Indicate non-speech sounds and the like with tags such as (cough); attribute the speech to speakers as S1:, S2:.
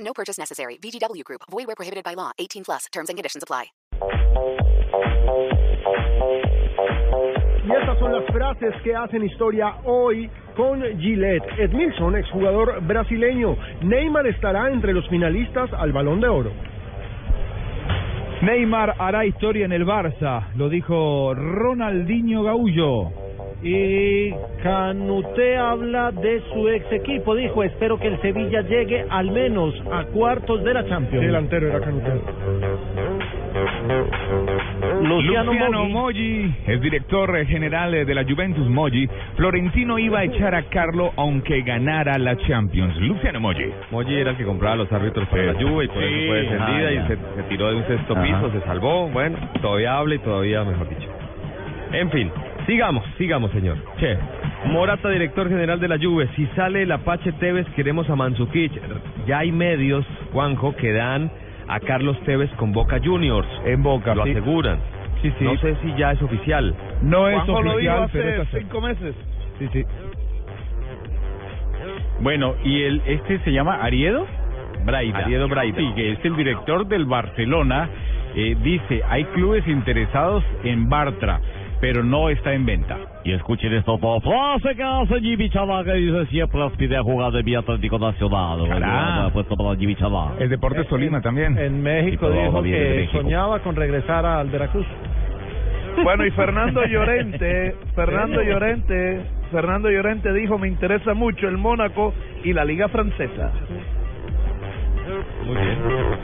S1: No purchase necessary. VGW Group. Void where prohibited by law. 18 plus. Terms and conditions apply.
S2: Y estas son las frases que hacen historia hoy con Gillette. Edmilson, exjugador brasileño. Neymar estará entre los finalistas al Balón de Oro.
S3: Neymar hará historia en el Barça, lo dijo Ronaldinho Gaullo.
S4: Y Canute habla de su ex equipo, dijo, espero que el Sevilla llegue al menos a cuartos de la Champions.
S2: Delantero era Canutero.
S4: Luciano,
S3: Luciano
S4: Moggi.
S3: Moggi es director general de la Juventus Moggi. Florentino iba a echar a Carlo aunque ganara la Champions. Luciano Moggi.
S5: Moji era el que compraba los árbitros para la lluvia y por eso fue descendida
S3: Ah,
S5: y se, se tiró de un sexto piso, se salvó. Bueno, todavía habla y todavía, mejor dicho. En fin, sigamos, sigamos, señor. Che. Morata, director general de la Juve. Si sale el Apache Tevez, queremos a Mansukic. Ya hay medios, Juanjo, que dan a Carlos Tevez con Boca Juniors.
S3: En Boca,
S5: Lo
S3: sí.
S5: aseguran.
S3: Sí, sí.
S5: No sé si ya es oficial.
S3: No es oficial, pero es así.
S2: meses.
S3: Sí, sí.
S6: Bueno, y el este se llama Ariedo Braida.
S5: Ariedo Braida.
S6: Sí, que es el director del Barcelona. Eh, dice, hay clubes interesados en Bartra, pero no está en venta.
S7: Y escuchen esta otra frase que hace Jimmy Chalá, que dice siempre aspiré a jugar de mi Atlético Nacional.
S3: Cará.
S7: Bueno, puesto para Jimmy Chalá.
S3: El Deportes Tolima también.
S4: En México
S7: Sí, pero
S4: dijo
S7: habla bien de
S4: que
S7: México.
S4: soñaba con regresar al Veracruz.
S8: Bueno,
S4: (laughs)
S8: y Fernando Llorente, Fernando Llorente, Fernando Llorente dijo, me interesa mucho el Mónaco y la Liga Francesa.
S5: Muy bien.